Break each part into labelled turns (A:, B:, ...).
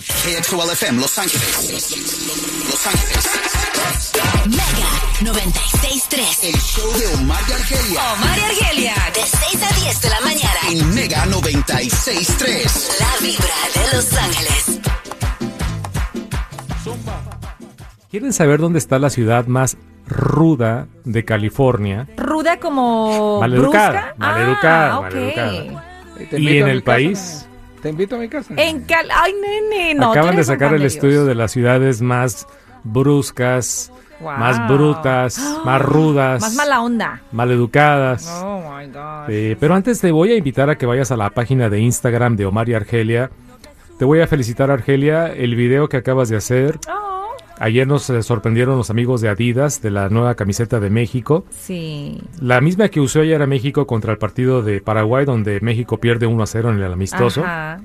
A: KXOLFM Los Ángeles. Los Ángeles.
B: Mega 96.3.
A: El show de Omar y Argelia.
B: Omar y Argelia. De 6 a 10 de la mañana.
A: En Mega 96.3.
B: La vibra de Los Ángeles.
C: ¿Quieren saber dónde está la ciudad más ruda de California?
D: Ruda como.
C: Maleducada,
D: brusca?
C: maleducada,
D: ah, ok.
C: maleducada.
E: Te
C: Y
E: invito
C: en
E: a mi
C: el
E: casa.
C: país Eh,
E: Te invito a mi casa.
D: En Cal. Ay, nene, no. tú
C: acaban de
D: eres un
C: sacar
D: pan
C: el
D: Dios.
C: estudio de las ciudades más bruscas,
D: Wow.
C: más brutas, más rudas,
D: Más mala onda.
C: maleducadas.
D: Oh my God.
C: Eh, pero antes te voy a invitar a que vayas a la página de Instagram de Omar y Argelia. Te voy a felicitar, Argelia, el video que acabas de hacer.
D: Oh.
C: Ayer nos eh, sorprendieron los amigos de Adidas de la nueva camiseta de México.
D: Sí.
C: La misma que usó ayer a México contra el partido de Paraguay, donde México pierde 1 a 0 en el amistoso.
D: Ajá.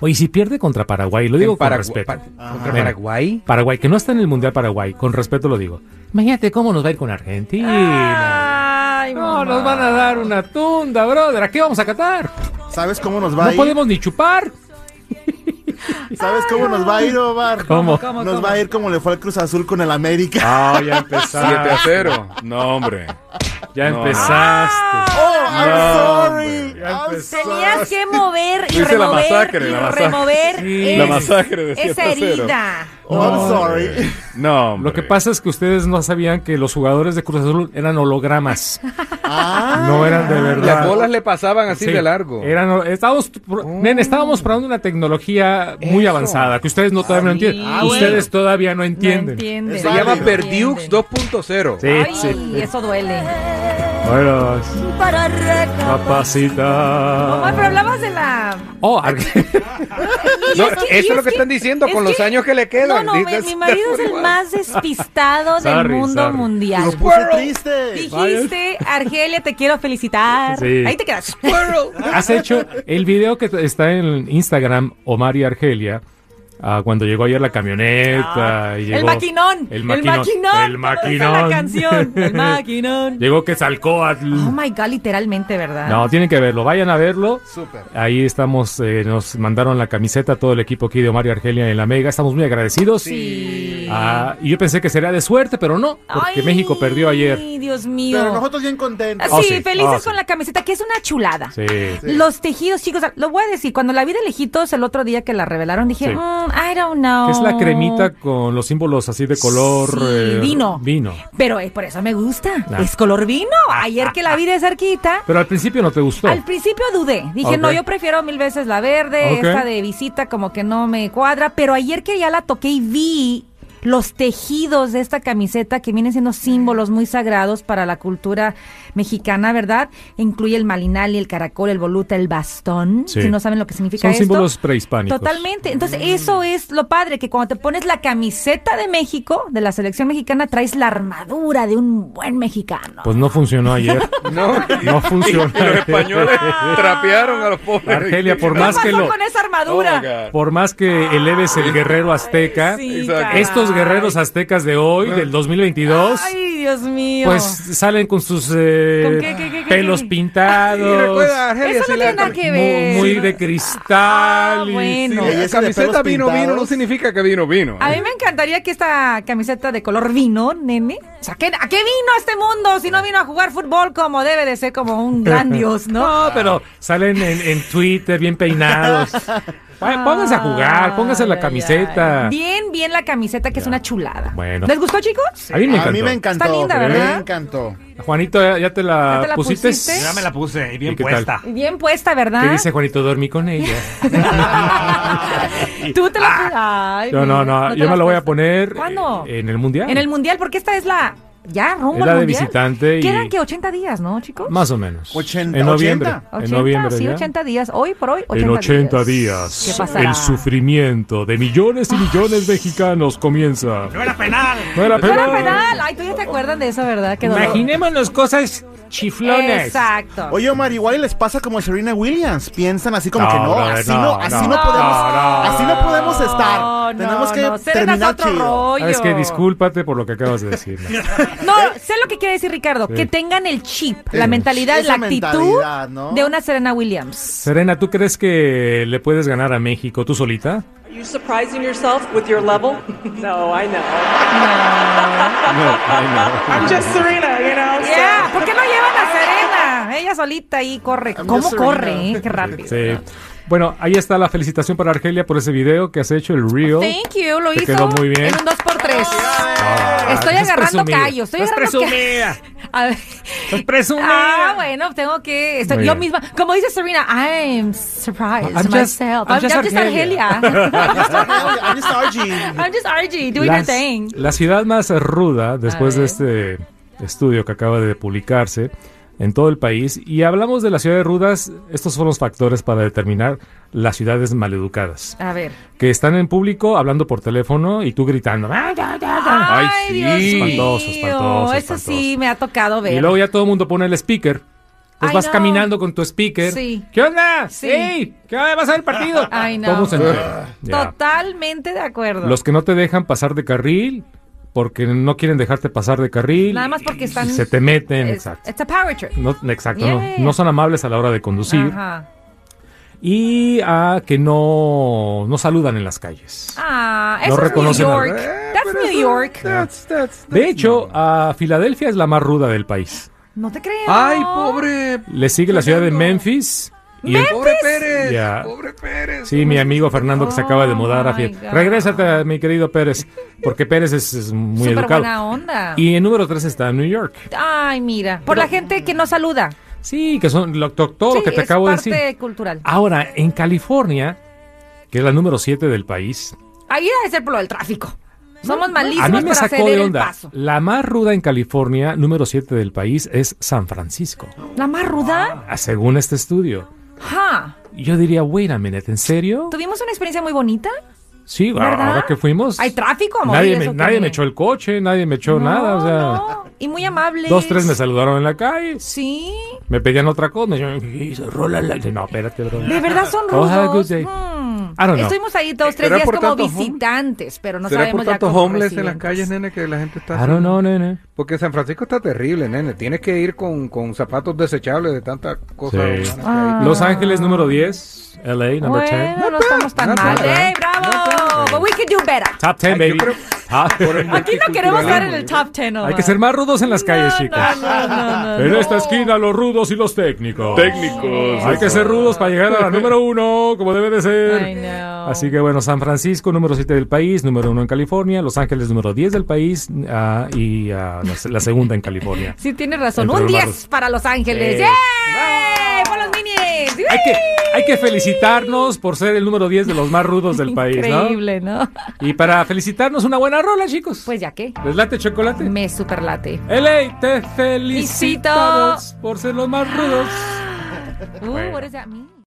C: Oye, si pierde contra Paraguay, lo digo
E: En
C: con
E: Paragu-
C: respeto.
E: pa- ¿Contra
C: Mira,
E: Paraguay?
C: Paraguay, que no está en el Mundial Paraguay, con respeto lo digo. Imagínate cómo nos va a ir con
F: Ah,
C: Argentina.
D: Ay,
C: no,
D: mamá.
C: nos van a dar una tunda, brother. ¿A qué vamos a catar?
F: ¿Sabes cómo nos va a
C: No
F: ir?
C: podemos ni chupar.
F: ¿Sabes cómo nos va a ir, Omar?
C: ¿Cómo?
D: ¿Cómo,
F: Nos
D: cómo?
F: va a ir como le fue al Cruz Azul con el América.
C: Ah, ya
E: 7 a
C: empezaste.
E: 0. No, hombre.
C: Ya
E: No.
C: empezaste.
F: Oh, I'm
C: No,
F: sorry.
C: hombre, ya
F: I'm
C: empezó.
D: Tenías que mover y
E: Hice
D: remover.
E: la masacre,
D: y
E: la masacre.
D: remover
C: Sí.
E: La
D: es-
E: masacre de 7
D: esa
E: a 0.
D: herida.
F: Oh, I'm sorry.
E: No, hombre.
C: Lo que pasa es que ustedes no sabían que los jugadores de Cruz Azul eran hologramas.
F: Ah,
C: No eran de verdad.
E: Las bolas le pasaban así
C: Sí,
E: de largo.
C: Eran, estábamos, pro- nene, estábamos probando una tecnología muy
E: Eso.
C: avanzada que ustedes no todavía no entienden.
D: Ah, bueno.
C: ustedes todavía no
D: No
C: entienden.
D: entienden.
E: Se
F: Ay,
E: llama
F: no
E: Perdiux 2.0.
C: Sí,
D: Ay,
C: sí.
D: eso duele.
C: Bueno,
B: Para
D: Mamá, pero
C: capacita.
D: hablabas de la.
C: Oh, ar-
E: No,
D: Es
E: eso
D: que-
E: es lo
D: es
E: que están diciendo
D: es
E: con los
D: que-
E: años que le
D: No,
E: quedan.
D: no, mi,
E: dices,
D: mi marido es el más despistado del
C: Sorry,
D: mundo
C: sorry.
F: lo
D: mundial.
F: puse triste.
D: Dijiste, Argelia, te quiero felicitar.
C: Sí.
D: Ahí te quedas.
F: Ah,
C: has hecho el video que está en Instagram, Omar y Argelia. ah, cuando llegó ayer la camioneta. y
D: el
C: llegó-
D: maquinón.
C: El maquinón.
D: El maquinón. como dice La canción. El maquinón.
C: Llegó que Quetzalcóatl.
D: Oh my god, literalmente, ¿verdad?
C: No, tienen que verlo, vayan a verlo.
E: Súper.
C: Ahí estamos, eh, nos mandaron la camiseta todo el equipo aquí de Omar y Argelia en la Mega. Estamos muy agradecidos.
D: Sí.
C: Ah, y yo pensé que sería de suerte, pero no, porque
D: Ay,
C: México perdió ayer.
D: Dios mío.
F: Pero nosotros bien
D: Ah,
F: contentos.
D: Sí,
C: Oh, sí.
D: felices
C: Oh, sí.
D: con la camiseta, que es una chulada.
C: Sí.
D: Los tejidos, chicos, lo voy a decir, cuando la vi de lejitos el otro día que la revelaron, dije,
C: Sí.
D: "Mm, I don't know.
C: Que es la cremita con los símbolos así de color
D: Sí,
C: eh,
D: vino.
C: Vino.
D: Pero es por eso me gusta.
C: Ah.
D: Es color vino. Ayer que la vi de cerquita,
C: Pero al principio no te gustó.
D: al principio dudé. Dije,
C: Ok.
D: no, yo prefiero mil veces la verde,
C: Ok.
D: esta de visita como que no me cuadra. Pero ayer que ya la toqué y vi los tejidos de esta camiseta que vienen siendo símbolos muy sagrados para la cultura mexicana, ¿verdad? Incluye el malinali, el caracol, el voluta, el bastón.
C: Sí.
D: Si no saben lo que significa
C: Son
D: esto.
C: símbolos prehispánicos.
D: Totalmente. Entonces, eso es lo padre, que cuando te pones la camiseta de México, de la selección mexicana, traes la armadura de un buen mexicano.
C: Pues no funcionó ayer.
E: No.
C: No funcionó.
E: Y los españoles trapearon a los pobres.
C: Argelia, por
D: ¿Qué
C: más que
D: pasó
C: lo-
D: con esa
E: Oh, my
D: armadura?
E: God.
C: Por más que eleves el guerrero azteca,
D: Sí,
E: Exacto.
D: caray.
C: estos guerreros aztecas de hoy, del 2022,
D: Ay, Dios mío.
C: pues salen con sus eh,
D: ¿Con qué, qué, qué, qué,
C: pelos
D: qué?
C: pintados.
E: Y recuerda, Argelia,
D: Eso
E: si
D: no
E: la
D: tiene nada
E: cami-
D: que
C: mu-
D: ver.
C: Muy de cristal.
D: Ah,
C: y-
D: bueno.
F: Y
E: la
F: ese de
E: camiseta
F: pelos
E: vino, vino, no
F: pintados.
E: significa que vino, vino.
D: A mí me encantaría que esta camiseta de color vino, nene. O sea, ¿qué- ¿a qué vino a este mundo si no vino a jugar fútbol como debe de ser, como un gran dios, no?
C: No, pero salen en, en Twitter bien peinados. Pá- Pónganse a jugar, pónganse la camiseta.
D: Bien, bien la camiseta, que es una chulada.
C: Bueno.
D: ¿Les gustó, chicos?
C: A mí me
F: A mí
C: encantó. ¿Eh?
F: me encantó.
D: Está linda,
F: me
D: ¿verdad?
F: encantó.
C: Juanito, ¿ya, ya te la,
D: ¿Ya te la
C: pusiste?
D: pusiste? ¿Ah? Ya
G: me la puse, y bien
C: qué tal?
G: puesta.
D: Bien puesta, ¿verdad?
C: ¿Qué dice Juanito? Dormí con ella.
D: Tú te la... Ay,
C: Ah. No, no,
D: mira,
C: no,
D: te
C: yo
D: la
C: me la voy a
D: puedes-
C: poner eh,
D: ¿Cuándo?
C: en el Mundial.
D: En el mundial, porque esta es la. Ya, rumbo
C: Es la
D: al
C: de
D: mundial.
C: visitante y-
D: Quedan que 80 días, ¿no, chicos?
C: Más o menos.
F: 80,
C: en noviembre.
F: 80.
C: en noviembre.
D: sí,
C: ya.
D: 80 días. Hoy por hoy, 80
C: en 80 días,
D: ¿Qué pasará?
C: el sufrimiento de millones y millones mexicanos comienza.
G: ¡No era penal!
C: No era
D: No era
C: penal.
D: penal. Ay, tú ya te acuerdas de eso, ¿verdad? Qué dolor.
C: Imaginémonos cosas chiflones.
D: Exacto.
F: Oye, Omar, igual y les pasa como a Serena Williams. Piensan así como
C: No,
F: que no,
C: brother,
F: así
C: no,
F: no, así
C: no,
F: no, podemos,
C: no, no.
F: así no podemos estar.
D: No, no,
F: Tenemos que
D: no. Serena es
F: terminar
D: otro
F: chido.
D: rollo.
C: Sabes Ah, que discúlpate por lo que acabas de decir. ¿no?
D: No, sé lo que quiere decir Ricardo.
C: Sí.
D: Que tengan el chip,
F: Sí.
D: la mentalidad,
F: Esa
D: la actitud
F: mentalidad, ¿no?
D: de una Serena Williams.
C: Serena, ¿tú crees que le puedes ganar a México tú solita?
H: Are you surprising yourself with your level? no, I know. I'm just Serena, you know. so-
D: Yeah, ¿Por qué no llevan a Serena? Ella solita ahí corre. ¿Cómo
F: Serena.
D: corre? eh? Qué rápido.
C: Sí. Bueno, ahí está la felicitación para Argelia por ese video que has hecho, el Reel.
D: Thank you, lo
C: Te
D: hizo
C: quedó muy bien.
D: en un 2x3.
C: Ah,
D: Estoy
C: estás
D: agarrando
C: presumida.
D: callo, estoy
C: Estás
D: agarrando callo.
C: presumida.
D: A ver.
C: Estás presumida.
D: Ah, bueno, tengo que. estoy-
C: Muy
D: yo
C: bien.
D: misma. Como dice Serena, I'm surprised
C: I'm just-
D: myself.
C: I'm
D: I'm,
C: just
D: I'm just
C: Argelia.
D: Argelia.
F: I'm just RG.
D: I'm just RG, doing
C: la,
D: her thing.
C: la ciudad más ruda después
D: A
C: de este estudio que acaba de publicarse en todo el país. Y hablamos de las ciudades rudas. Estos son los factores para determinar las ciudades maleducadas.
D: A ver.
C: Que están en público hablando por teléfono y tú gritando. "Ah, ya, ya, ya".
D: Ay,
E: sí.
D: Dios
C: Espantoso,
D: mío,
C: espantoso,
D: Eso sí
C: espantoso.
D: me ha tocado ver.
C: Y luego ya todo el mundo pone el speaker. Pues
D: Ay,
C: vas
D: no.
C: caminando con tu speaker.
D: Sí.
C: ¿Qué onda?
D: Sí.
C: Ey, ¿Qué onda? ¿Vas a ver el partido?
D: Ay, no.
C: Todos en- Ya.
D: Totalmente de acuerdo.
C: Los que no te dejan pasar de carril porque no quieren dejarte pasar de carril.
D: Nada más porque están.
C: Y se te meten,
D: es-
C: exacto.
D: It's a power trip.
C: No, exacto,
D: Yeah.
C: no, no son amables a la hora de conducir
D: Ajá.
C: y a que no, no saludan en las calles.
D: Ah,
C: No
D: eso es New
C: reconocen Eh, a-
D: York.
E: Eh,
D: That's New York.
C: De hecho, a Filadelfia es la más ruda del país.
D: No te creo.
E: Ay, pobre.
C: Le sigue la ciudad de Memphis. y el-
E: Pobre
D: Pues,
E: Pérez.
C: Ya.
E: Pobre Pérez.
C: Sí, mi amigo Fernando que se acaba de mudar a
D: Oh my
C: Fiat.
D: God.
C: Regrésate, mi querido Pérez, porque Pérez es, es muy
D: Súper
C: educado.
D: buena onda.
C: Y en número 3 está New York.
D: Ay, mira. Por la gente que no saluda.
C: Sí, que son lo, to- todo lo
D: Sí,
C: que te
D: es
C: acabo de
D: parte
C: decir.
D: cultural.
C: Ahora, en California, que es la número 7 del país,
D: Ahí debe ser por lo del tráfico. Somos
C: Mm, a
D: malísimos
C: mí me
D: para
C: sacó
D: ceder
C: de
D: el
C: onda.
D: paso.
C: La más ruda en California, número 7 del país, es San Francisco,
D: La más ruda.
C: ah, según este estudio.
D: Ajá.
C: Yo diría, wait a minute, ¿en serio?
D: Tuvimos una experiencia muy bonita.
C: Sí,
D: ¿Verdad?
C: ahora que fuimos.
D: Hay tráfico, amor,
C: Nadie,
D: y
C: me,
D: eso
C: nadie
D: que-
C: me echó el coche, nadie me echó
D: No,
C: nada. O sea,
D: no. Y muy amables.
C: dos, tres me saludaron en la calle.
D: Sí.
C: Me pedían otra cosa. Me dijeron, "Y se rola la-". No, espérate, bro.
D: De verdad son
C: Oh, have a
D: rudos.
C: good day.
D: Mm.
C: I don't know.
D: Estuvimos ahí dos, tres
E: ¿Será
D: días
E: por
D: como
E: tanto hom-
D: visitantes, pero no
E: ¿Será por
D: sabemos ya
E: tantos
D: como
E: homeless en las
D: residentes.
E: calles, nene, que la gente está...
C: I don't know, nene.
E: Porque San Francisco está terrible, nene. Tienes que ir con, con zapatos desechables de tanta cosa.
C: Sí.
E: humana que hay.
C: Los Ángeles número 10, LA number 10.
D: Ah. Bueno, no estamos tan
E: Not
D: mal.
E: bad.
C: ¿eh?
D: ¡Ey, bravo! But we can do better.
C: Top
E: Ay,
C: 10,
E: yo
C: baby.
E: creo-
C: Ah,
E: Por el
D: Aquí no queremos estar en el
E: multiculturalismo.
D: top 10.
C: hay que ser más rudos en las calles, chicos.
D: No, no, no,
C: en
D: no.
C: esta esquina, los rudos y los técnicos.
G: Técnicos.
C: Hay que ser rudos para llegar a la número 1, como debe de
D: I
C: ser.
D: know.
C: Así que bueno, San Francisco, número 7 del país, número 1 en California, Los Ángeles, número 10 del país ah, y ah, la, se- la segunda en California.
D: Sí, tienes razón.
C: Entre
D: Un
C: los
D: 10
C: barros.
D: para Los Ángeles.
C: Sí.
D: ¡Yay! ¡Por los minis!
C: Hay que, hay que felicitarnos por ser el número 10 de los más rudos del país, ¿no?
D: Increíble, ¿no?
C: Y para felicitarnos, una buena rola, chicos.
D: Pues ya que.
C: ¿Les late chocolate?
D: Me superlate.
C: LA, te felicitamos por ser los más rudos.
D: Uh,
C: Bueno.
D: what does that mean?